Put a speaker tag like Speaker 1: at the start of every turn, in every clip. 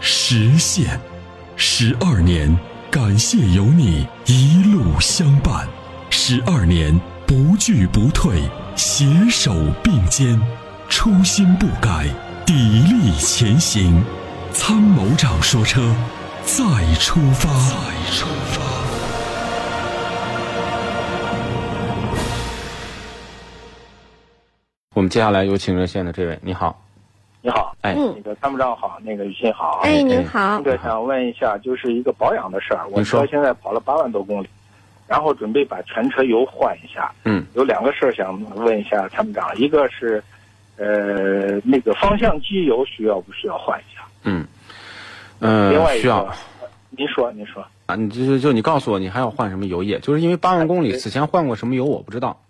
Speaker 1: 实现，十二年，感谢有你一路相伴，十二年不惧不退，携手并肩，初心不改，砥砺前行。”参谋长说：“车，再出发。”再出发。
Speaker 2: 我们接下来有请热线的这位，你好，
Speaker 3: 你好，
Speaker 2: 哎，
Speaker 3: 那个参谋长好，那个于鑫好，
Speaker 4: 哎，您好
Speaker 3: 那，个想问一下，就是一个保养的事儿。我
Speaker 2: 你说
Speaker 3: 车现在跑了八万多公里，然后准备把全车油换一下。
Speaker 2: 嗯，
Speaker 3: 有两个事儿想问一下参谋长，一个是，呃，那个方向机油需要不需要换一下？
Speaker 2: 嗯，
Speaker 3: 另外
Speaker 2: 呃，
Speaker 3: 一
Speaker 2: 需
Speaker 3: 个，
Speaker 2: 要
Speaker 3: 您说，您说，
Speaker 2: 啊，你就就你告诉我，你还要换什么油液？就是因为八万公里，
Speaker 3: 对
Speaker 2: 此前换过什么油我不知道。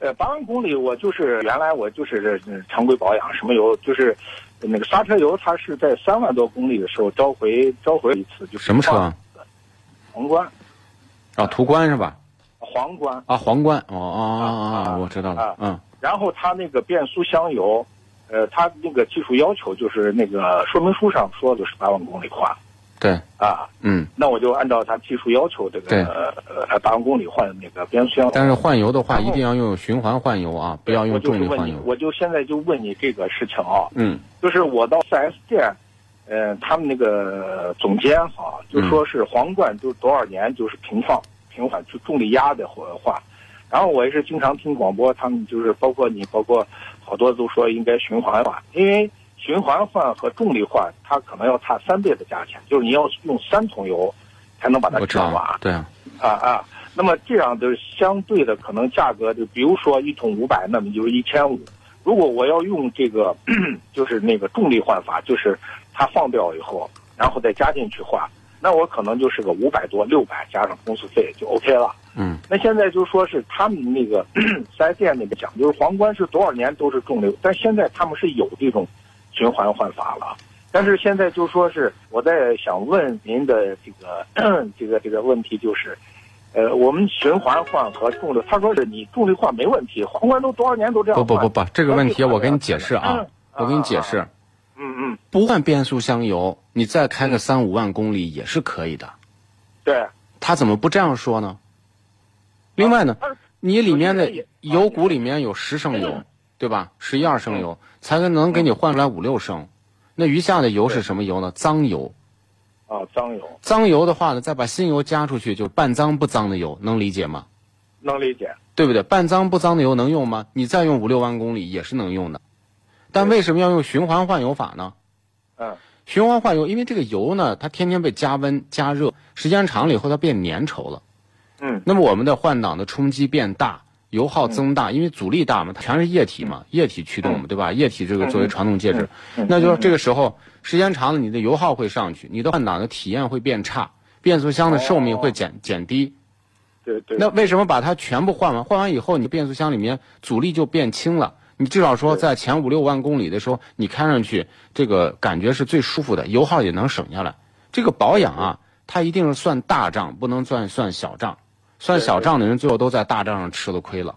Speaker 3: 呃，八万公里我就是原来我就是呃常规保养，什么油就是。呃那个刹车油，它是在三万多公里的时候召回召回一次，就是
Speaker 2: 什么车啊？
Speaker 3: 皇冠，
Speaker 2: 啊，途观是吧？
Speaker 3: 皇冠，
Speaker 2: 啊，皇冠。哦哦哦
Speaker 3: 啊
Speaker 2: 哦，
Speaker 3: 啊
Speaker 2: 我知道了
Speaker 3: 啊。
Speaker 2: 嗯
Speaker 3: 然后它那个变速箱油，呃，它那个技术要求就是那个说明书上说的是八万公里换
Speaker 2: 对，
Speaker 3: 啊，
Speaker 2: 嗯。
Speaker 3: 那我就按照它技术要求这
Speaker 2: 对
Speaker 3: 个呃八万公里换那个变速箱油。
Speaker 2: 但是换油的话，
Speaker 3: 然后
Speaker 2: 一定要用循环换油啊，不要
Speaker 3: 我
Speaker 2: 用
Speaker 3: 就
Speaker 2: 重
Speaker 3: 是
Speaker 2: 力
Speaker 3: 问
Speaker 2: 换
Speaker 3: 你，
Speaker 2: 油。
Speaker 3: 我就现在就问你这个事情啊，
Speaker 2: 嗯
Speaker 3: 就是我到 4S 店，呃，他们那个总监哈、就说是皇冠就是多少年就是平放平缓就重力压的话，然后我也是经常听广播，他们就是包括你，包括好多都说应该循环换，因为循环换和重力换，它可能要差三倍的价钱，就是你要用三桶油才能把它
Speaker 2: 我知
Speaker 3: 吃
Speaker 2: 道
Speaker 3: 完
Speaker 2: 了。对啊，
Speaker 3: 啊啊。那么这样的相对的可能价格，就比如说一桶五百，那么就是一千五。如果我要用这个， 就是那个重力换法，就是它放掉以后，然后再加进去换，那我可能就是个五百多、六百加上公司费就 OK 了。
Speaker 2: 嗯，
Speaker 3: 那现在就说是他们那个 4S 店那个讲，就是皇冠是多少年都是重流，但现在他们是有这种循环换法了。但是现在就说是我在想问您的这个 这个这个问题就是，呃，我们循环换和重流，他说是你重力换没问题，皇冠都多少年都这样
Speaker 2: 不
Speaker 3: 换。
Speaker 2: 不不不，这个问题
Speaker 3: 那就换
Speaker 2: 我给你
Speaker 3: 了
Speaker 2: 解释啊
Speaker 3: 嗯，
Speaker 2: 我给你解释。
Speaker 3: 嗯嗯，
Speaker 2: 不换变速箱油，你再开个三五万公里也是可以的。
Speaker 3: 对，
Speaker 2: 他怎么不这样说呢？另外呢，
Speaker 3: 他
Speaker 2: 你里面的
Speaker 3: 有一个也
Speaker 2: 油股里面有十升油，对吧？十一二升油才能给你换出来五六升，那余下的油是什么油呢？脏油。
Speaker 3: 啊脏油
Speaker 2: 脏油的话呢，再把新油加出去，就半脏不脏的油，能理解吗？
Speaker 3: 能理解，
Speaker 2: 对不对？半脏不脏的油能用吗？你再用五六万公里也是能用的，但为什么要用循环换油法呢？
Speaker 3: 嗯
Speaker 2: 循环换油，因为这个油呢，它天天被加温加热，时间长了以后它变粘稠了。
Speaker 3: 嗯
Speaker 2: 那么我们的换挡的冲击变大，油耗增大，因为阻力大嘛，它全是液体嘛，液体驱动嘛，对吧？液体这个作为传动介质，那就是这个时候时间长了，你的油耗会上去，你的换挡的体验会变差，变速箱的寿命会减减低。
Speaker 3: 对对。
Speaker 2: 那为什么把它全部换完？换完以后，你变速箱里面阻力就变轻了。你至少说在前五六万公里的时候，你开上去这个感觉是最舒服的，油耗也能省下来。这个保养啊，它一定是算大账，不能算算小账。算小账的人最后都在大账上吃了亏了。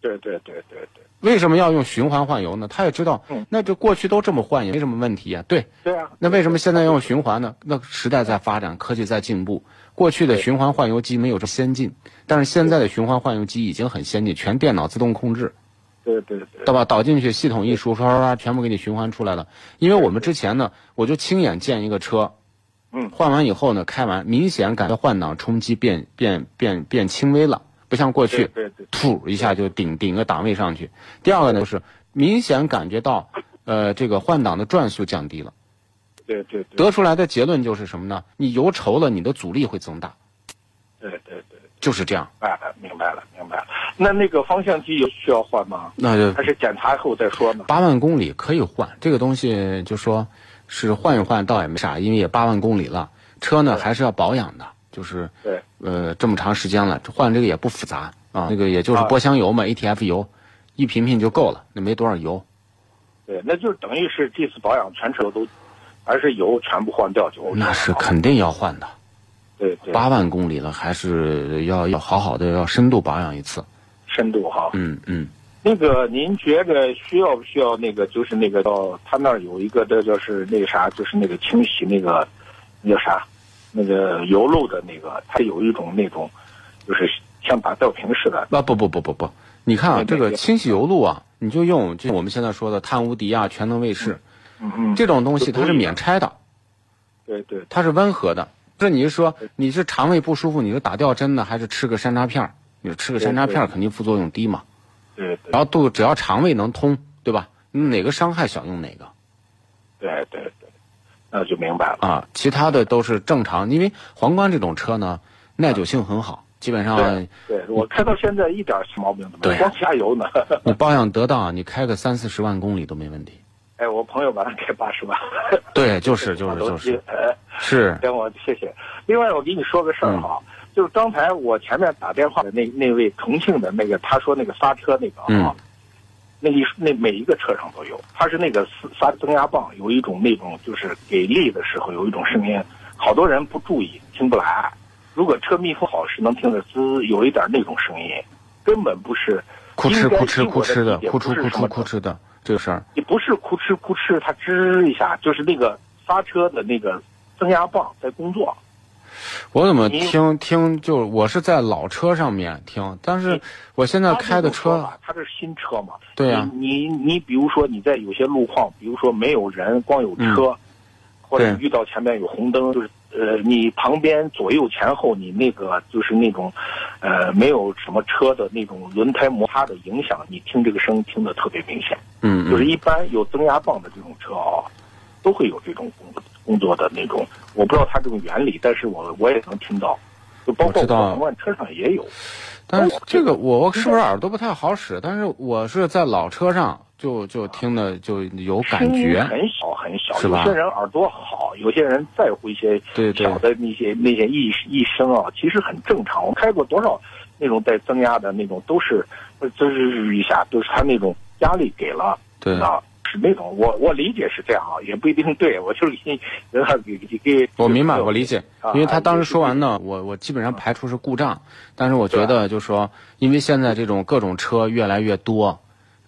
Speaker 3: 对对对对对，
Speaker 2: 为什么要用循环换油呢？他也知道
Speaker 3: 嗯，
Speaker 2: 那这过去都这么换也没什么问题呀、对，
Speaker 3: 对啊。
Speaker 2: 那为什么现在要用循环呢？那时代在发展，科技在进步。过去的循环换油机没有这么先进，但是现在的循环换油机已经很先进，全电脑自动控制，
Speaker 3: 对对对
Speaker 2: 对吧？导进去，系统一输，刷刷刷，全部给你循环出来了。因为我们之前呢，我就亲眼见一个车，
Speaker 3: 嗯
Speaker 2: 换完以后呢，开完明显感觉换挡冲击变变变变轻微了，不像过去，
Speaker 3: 对对对
Speaker 2: 突一下就顶顶个档位上去。第二个呢，就是明显感觉到，呃，这个换挡的转速降低了。
Speaker 3: 对对对，
Speaker 2: 得出来的结论就是什么呢？你油稠了，你的阻力会增大，
Speaker 3: 对对对，
Speaker 2: 就是这样。
Speaker 3: 明白了，明白了，明白了。那那个方向机有需要换吗？
Speaker 2: 那就
Speaker 3: 还是检查后再说呢？
Speaker 2: 八万公里可以换这个东西，就说，是换一换倒也没啥，因为也八万公里了，车呢还是要保养的，就是
Speaker 3: 对，
Speaker 2: 呃这么长时间了，换这个也不复杂啊，那个也就是波箱油嘛，ATF 油，一瓶瓶就够了，那没多少油。
Speaker 3: 对，那就等于是这次保养全车都，还是油全部换掉就 OK 了。
Speaker 2: 那是肯定要换的，
Speaker 3: 对对，
Speaker 2: 八万公里了，还是要要好好的要深度保养一次。
Speaker 3: 深度哈。
Speaker 2: 嗯嗯，
Speaker 3: 那个您觉得需要不需要那个就是那个到他那儿有一个这就是那个啥就是那个清洗那个那叫啥那个油漏的那个，它有一种那种就是像打吊瓶似的。
Speaker 2: 啊不不不不不，你看啊，这
Speaker 3: 对
Speaker 2: 个
Speaker 3: 对
Speaker 2: 清洗油路啊，你就用就我们现在说的碳无敌啊、全能卫士
Speaker 3: 嗯嗯，
Speaker 2: 这种东西，
Speaker 3: 就不
Speaker 2: 它是
Speaker 3: 一样
Speaker 2: 免拆的。
Speaker 3: 对对
Speaker 2: 它是温和的。这你是说你是肠胃不舒服，你是打吊针呢，还是吃个山楂片儿？你吃个山楂片儿肯定副作用低嘛。
Speaker 3: 对对
Speaker 2: 然后肚只要肠胃能通，对吧？哪个伤害小用哪个
Speaker 3: 对对对，那就明白了。
Speaker 2: 啊，其他的都是正常。因为皇冠这种车呢，耐久性很好，基本上
Speaker 3: 对对，我开到现在一点小毛病都
Speaker 2: 对啊
Speaker 3: 没有，光加油呢。
Speaker 2: 你保养得当，你开个三四十万公里都没问题。
Speaker 3: 哎，我朋友把它开八十万，
Speaker 2: 对，就是 就是
Speaker 3: 手
Speaker 2: 就
Speaker 3: 机
Speaker 2: 是。是，
Speaker 3: 跟我谢谢。另外，我给你说个事
Speaker 2: 嗯
Speaker 3: 儿哈，就是刚才我前面打电话的那那位重庆的那个，他说那个刹车那个啊，
Speaker 2: 嗯
Speaker 3: 那一那每一个车上都有，它是那个四刹增压棒有一种那种就是给力的时候有一种声音，好多人不注意听不来。如果车密封好是能听着滋，有一点那种声音，根本不是
Speaker 2: 哭哧
Speaker 3: 应该
Speaker 2: 哭哧
Speaker 3: 以
Speaker 2: 哭
Speaker 3: 我
Speaker 2: 哧的，
Speaker 3: 理解
Speaker 2: 哭
Speaker 3: 不
Speaker 2: 哧哭
Speaker 3: 是什
Speaker 2: 哧
Speaker 3: 么
Speaker 2: 哭哧的这个事儿。
Speaker 3: 也不是哭哧哭哧，它吱一下，就是那个刹车的那个增压棒在工作。
Speaker 2: 我怎么
Speaker 3: 你
Speaker 2: 听听就是我是在老车上面听，但是
Speaker 3: 你
Speaker 2: 我现在开的
Speaker 3: 他这种说
Speaker 2: 车
Speaker 3: 法，它这是新车嘛？
Speaker 2: 对啊呀
Speaker 3: 你你你比如说你在有些路况，比如说没有人，光有车，或者
Speaker 2: 嗯对
Speaker 3: 遇到前面有红灯，就是呃，你旁边左右前后，你那个就是那种，呃，没有什么车的那种轮胎摩擦的影响，你听这个声听得特别明显。
Speaker 2: 嗯
Speaker 3: 就是
Speaker 2: 嗯，
Speaker 3: 一般有增压棒的这种车啊，都会有这种工作工作的那种，我不知道它这种原理，但是我我也能听到，就包括
Speaker 2: 我知道
Speaker 3: 我们车上也有。
Speaker 2: 但是这个我我是不是耳朵不太好使？但是我是在老车上就就听的就有感
Speaker 3: 声音
Speaker 2: 觉，
Speaker 3: 很小很小，
Speaker 2: 是吧
Speaker 3: 有些人耳朵好，有些人在乎一些
Speaker 2: 对对
Speaker 3: 小的那些那些一一声啊，其实很正常。我开过多少那种带增压的那种，都是呃就是一下，就是他那种压力给了，
Speaker 2: 对
Speaker 3: 啊，是那种我我理解是这样啊，也不一定对，我就是给你给给给，
Speaker 2: 我明白我理解
Speaker 3: 啊，
Speaker 2: 因为他当时说完呢，我我基本上排除是故障，但是我
Speaker 3: 啊
Speaker 2: 觉得就说，因为现在这种各种车越来越多。
Speaker 3: 啊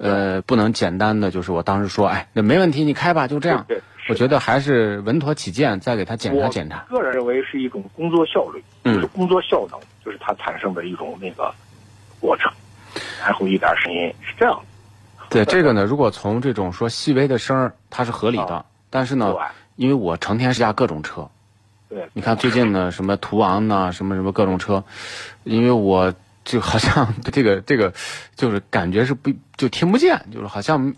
Speaker 2: 呃，不能简单的就是我当时说，哎，那没问题，你开吧，就这样
Speaker 3: 对对。是
Speaker 2: 我觉得还是稳妥起见，再给他检查
Speaker 3: 我
Speaker 2: 检查。
Speaker 3: 个人认为是一种工作效率，
Speaker 2: 嗯
Speaker 3: 就是工作效能，就是它产生的一种那个过程，然后一点声音是这样的。
Speaker 2: 对这个呢，如果从这种说细微的声儿，它是合理的。但是呢
Speaker 3: 啊对，
Speaker 2: 因为我成天试驾各种车，
Speaker 3: 对，
Speaker 2: 你看最近呢，什么途昂呐，什么什么各种车，因为我就好像这个这个，就是感觉是不就听不见，就是好像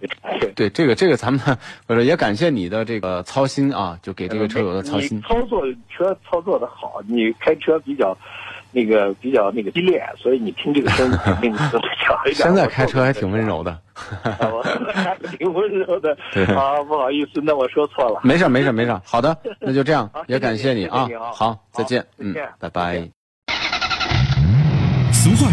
Speaker 3: 对
Speaker 2: 对这个这个咱们我说也感谢你的这个操心啊，就给这个车友的操
Speaker 3: 你
Speaker 2: 心。
Speaker 3: 操作车操作的好，你开车比较那个比较那个激烈，所以你听这个声音肯定更小一点。
Speaker 2: 现在开车还挺温 柔的，
Speaker 3: 我操，我还挺温柔的
Speaker 2: 对。
Speaker 3: 啊，不好意思，那我说错了。
Speaker 2: 没事儿没事儿没事儿，好的，那就这样
Speaker 3: 好，
Speaker 2: 也
Speaker 3: 谢谢
Speaker 2: 感谢
Speaker 3: 你
Speaker 2: 你
Speaker 3: 谢谢
Speaker 2: 啊
Speaker 3: 你啊，
Speaker 2: 好，再
Speaker 3: 好
Speaker 2: 见
Speaker 3: 再，
Speaker 2: 嗯
Speaker 3: 见，
Speaker 2: 拜
Speaker 3: 再
Speaker 2: 拜
Speaker 3: 见。
Speaker 1: 俗话